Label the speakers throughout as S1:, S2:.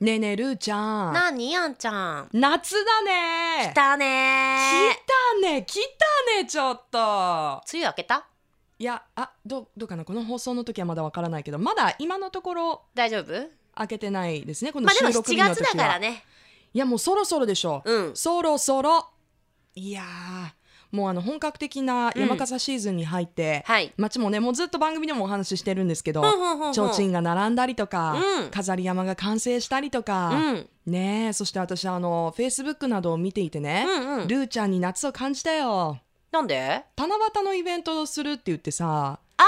S1: ねえねえるーちゃん
S2: なにあんちゃん
S1: 夏だね
S2: 来たね
S1: 来たね来たねちょっと
S2: 梅雨明けた
S1: いやあどうどうかなこの放送の時はまだわからないけどまだ今のところ
S2: 大丈夫
S1: 開けてないですねこの
S2: まあ
S1: 収
S2: でも
S1: 録
S2: 7
S1: 日の
S2: 月
S1: 時
S2: だ
S1: は、
S2: からね
S1: いやもうそろそろでしょ
S2: うん
S1: そろそろいやーもうあの本格的な山笠シーズンに入って、
S2: はい
S1: 街もねもうずっと番組でもお話ししてるんですけど
S2: ほんほんほんほん
S1: 提灯が並んだりとか、
S2: うん
S1: 飾り山が完成したりと
S2: う
S1: か、
S2: ん
S1: ねえそして私あのフェイスブックなどを見ていてね、
S2: うんうん
S1: ルーちゃんに夏を感じたよ
S2: なんで
S1: 七夕のイベントをするって言ってさ
S2: あ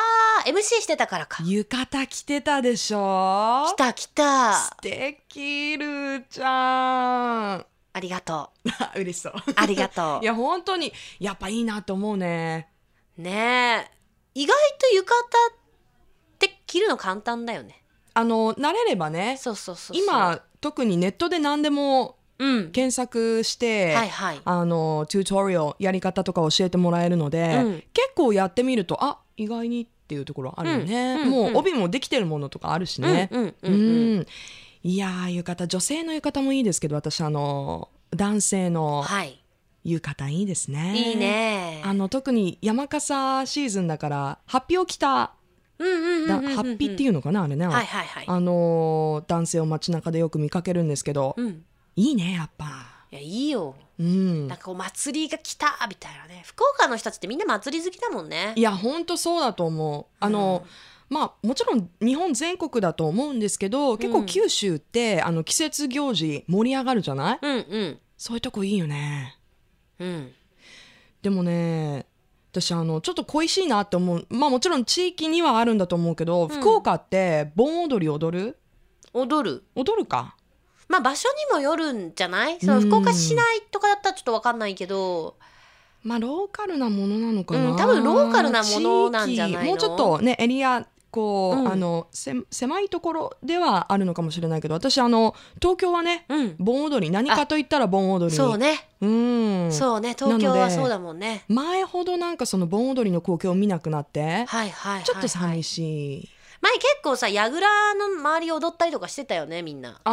S2: ー MC してたからか
S1: 浴衣着てたでしょ
S2: 来た来た
S1: 素敵ルーちゃん
S2: ありがと
S1: 嬉しそう
S2: うありが と
S1: いや本当にやっぱいいなと思うね
S2: うねえ意外と浴衣って着るの簡単だよね
S1: あの慣れればね
S2: そうそうそうそう
S1: 今特にネットで何でも
S2: うん
S1: 検索して、
S2: はいはい
S1: あのチュートリアルやり方とか教えてもらえるので、
S2: うん
S1: 結構やってみるとあ意外にっていうところあるよね、
S2: うんうん
S1: も
S2: う
S1: うん帯もできてるものとかあるしね
S2: うんうんうん
S1: うんいやー浴衣女性の浴衣もいいですけど私あの男性
S2: うん
S1: の
S2: はい
S1: 浴衣いいですね
S2: いいね
S1: あの特に山笠シーズンだからハッピを着た
S2: うんうんうん
S1: だ
S2: うんうん
S1: ハッピっていうのかなあれね、
S2: はいはいはい
S1: あのー男性を街中でよく見かけるんですけど、
S2: うん
S1: いいねやっぱ
S2: いやいいよ
S1: うん
S2: なんかこう祭りが来たみたいなね福岡の人たちってみんな祭り好きだもんね
S1: いやほんとそうだと思うあの、まあもちろん日本全国だと思うんですけど結
S2: う
S1: 構
S2: ん
S1: 九州って、あの季節行事盛り上がるじゃない
S2: うんうん
S1: そういうとこいいよね
S2: うん
S1: でもね私あのちょっと恋しいなって思うまあもちろん地域にはあるんだと思うけど、福岡って盆踊り踊る
S2: 踊る
S1: 踊るか
S2: まあ場所にもよるんじゃないその
S1: うん
S2: 福岡市内とかだったらちょっとわかんないけど
S1: まあローカルなものなのかな、
S2: うん多分ローカルなものなんじゃないの
S1: 地域もうちょっとねエリアこう、
S2: うん
S1: あのせ狭いところではあるのかもしれないけど私あの東京はね
S2: うん
S1: 盆踊り何かといったら盆踊り
S2: そうね
S1: うん
S2: そうね東京はそうだもんね
S1: 前ほどなんかその盆踊りの光景を見なくなって
S2: はいはいはい
S1: ちょっと寂しい、
S2: 前結構さやぐらの周り踊ったりとかしてたよねみんな
S1: あ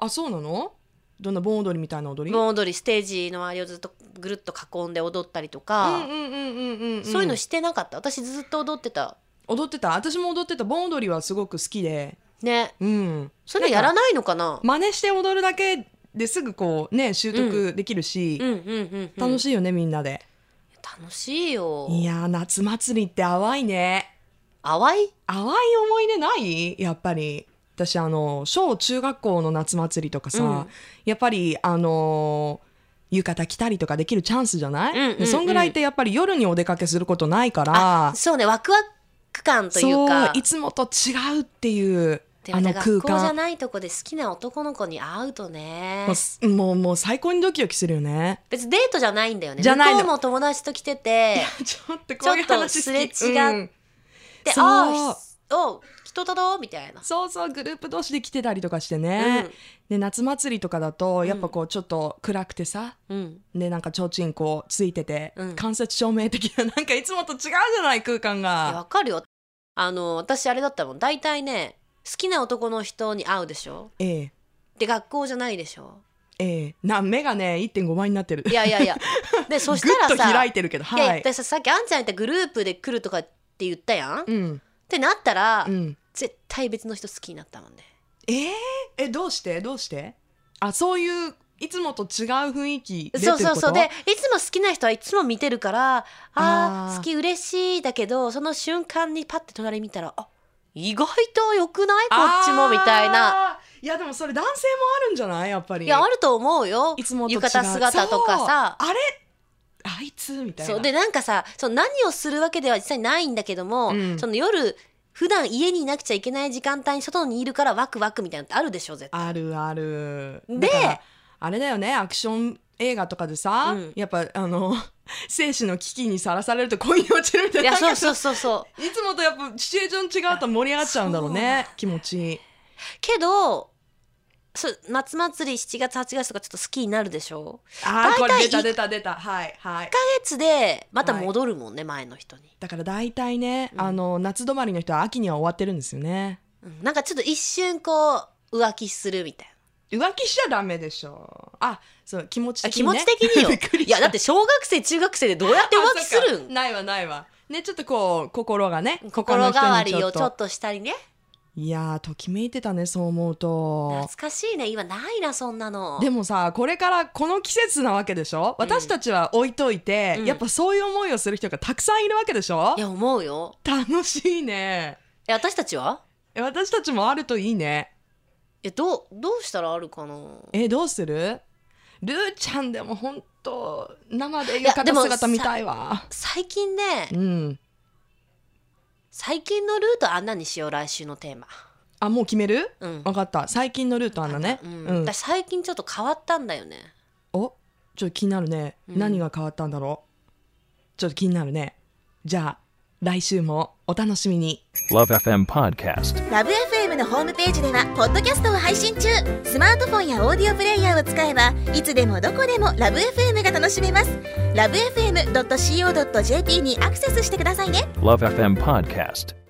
S1: ーあそうなのどんな盆踊りみたいな踊り
S2: 盆踊りステージの周りをずっとぐるっと囲んで踊ったりとか、
S1: うんうんうんうんうん
S2: そういうのしてなかった私ずっと踊ってた
S1: 踊ってた私も踊ってた盆踊りはすごく好きで
S2: ね
S1: うん
S2: それやらないのかな
S1: 真似して踊るだけですぐこうね習得できるし、
S2: うんうんうん、うん、
S1: 楽
S2: し
S1: しいよねみんなで、
S2: 楽しいよ
S1: いやー夏祭りって淡いね
S2: 淡い
S1: 淡い思い出ないやっぱり私あの小中学校の夏祭りとかさ、
S2: うん
S1: やっぱりあのー浴衣着たりとかできるチャンスじゃない、
S2: うんうんうん
S1: でそんぐらいってやっぱり夜にお出かけすることないから
S2: あそうねワクワク感というか
S1: そういつもと違うっていう
S2: で
S1: あの
S2: また
S1: 空
S2: 学校じゃ
S1: 間
S2: ないとこで好きな男の子に会うとね
S1: もうすもうもう最高にドキドキするよね。
S2: 別にデートじゃないんだよね
S1: じゃないの
S2: 向こうも友達と来てて
S1: ちょっとこういう話好き
S2: ちょっとすれ違っ
S1: ん
S2: で
S1: そう
S2: ああお人とどうみたいな、
S1: そうそうグループ同士で来てたりとかしてね、で夏祭りとかだとやっぱこうちょっと暗くてさ、
S2: うんうん
S1: でなんか提灯こうついてて、
S2: うん
S1: 間接照明的な なんかいつもと違うじゃない空間
S2: いや
S1: が
S2: わかるよあの私あれだったもん大体ね好きな男の人に会うでしょ
S1: ええ
S2: で学校じゃないでしょ
S1: ええな目がね1.5倍になってる
S2: いやいやいや でそしたら
S1: ぐっと
S2: さ
S1: 開いてるけど
S2: いや
S1: はい
S2: 私ささっきあんちゃん言ったグループで来るとかって言ったやん、っ
S1: うん
S2: てなったら、
S1: うん
S2: 絶対別の人好きになったもんね
S1: えええどうしてどうしてあそういういつもと違う雰囲気でって
S2: そうそうそうで
S1: こ
S2: いつも好きな人はいつも見てるからあ
S1: あー
S2: ー好き嬉しいだけどその瞬間にパッて隣見たらあ意外と良くない
S1: と
S2: こっちもみたいな
S1: あーいやでもそれ男性もあるんじゃないやっぱり
S2: いやあると思うよ
S1: いつもと違う
S2: 浴衣姿とかさ
S1: そうあれあいつみたいな
S2: そうでなんかさその何をするわけでは実際ないんだけども、
S1: うん
S2: その夜普段家にいなくちゃいけない時間帯に外にいるからワクワクみたいなのってあるでしょ絶対。
S1: あるある
S2: で
S1: だからあれだよねアクション映画とかでさ、
S2: うん
S1: やっぱあの 生死の危機にさらされると恋に落ちるみ たい
S2: い
S1: な
S2: やそう
S1: なんか
S2: そうそうそう
S1: いつもとやっぱシチュエーション違うと盛り上がっちゃうんだろう
S2: いや
S1: ね気持ち
S2: けどそう夏祭り7月8月とかちょっと好きになるでしょ
S1: あ
S2: 大
S1: あ
S2: 体
S1: これ出
S2: い
S1: た出た出たはいはい
S2: 1ヶ月でまた戻るもんね、前の人に、
S1: だから大体ね、
S2: うん
S1: あの夏止まりの人は秋には終わってるんですよね
S2: うんなんかちょっと一瞬こう浮気するみたいな
S1: 浮気しちゃダメでしょあそう気持ち
S2: あ
S1: 的
S2: 気
S1: に、ね、
S2: 持ち的に よ
S1: びっくり
S2: い
S1: した
S2: やだって小学生中学生でどうやって浮気す
S1: あそ
S2: る
S1: っか
S2: ん
S1: ないわないわねちょっとこう心がね
S2: 心変わり
S1: 他の人
S2: を
S1: に
S2: ちょっとしたりね
S1: いやーときめいてたねそう思うと
S2: 懐かしいね今ないなそんなの
S1: でもさこれからこの季節なわけでしょ私たちは置いといて、
S2: うん
S1: やっぱそういう思いをする人がたくさんいるわけでしょ
S2: いや思うよ
S1: 楽しいね
S2: え私たちは
S1: え私たちもあるといいね
S2: えどうどうしたらあるかな
S1: えどうするルーちゃんでも本当生で
S2: いや
S1: 浴
S2: で
S1: 衣
S2: も
S1: 姿見たいわ
S2: 最近ね
S1: うん
S2: 最近のルートあんなにしよう来週のテーマ
S1: あもう決める
S2: うん
S1: 分かった最近のルートあんだね
S2: うん
S1: うん
S2: 私最近ちょっと変わったんだよね
S1: おちょっと気になるね、
S2: うん
S1: 何が変わったんだろうちょっと気になるねじゃあ来週もお楽しみに
S3: Love FM Podcast.
S4: ラブ f m のホームページではポッドキャストを配信中スマートフォンやオーディオプレイヤーを使えばいつでもどこでもラブ f m が楽しめますラブ FM.co.jp にアクセスしてくださいね
S3: Love FM Podcast.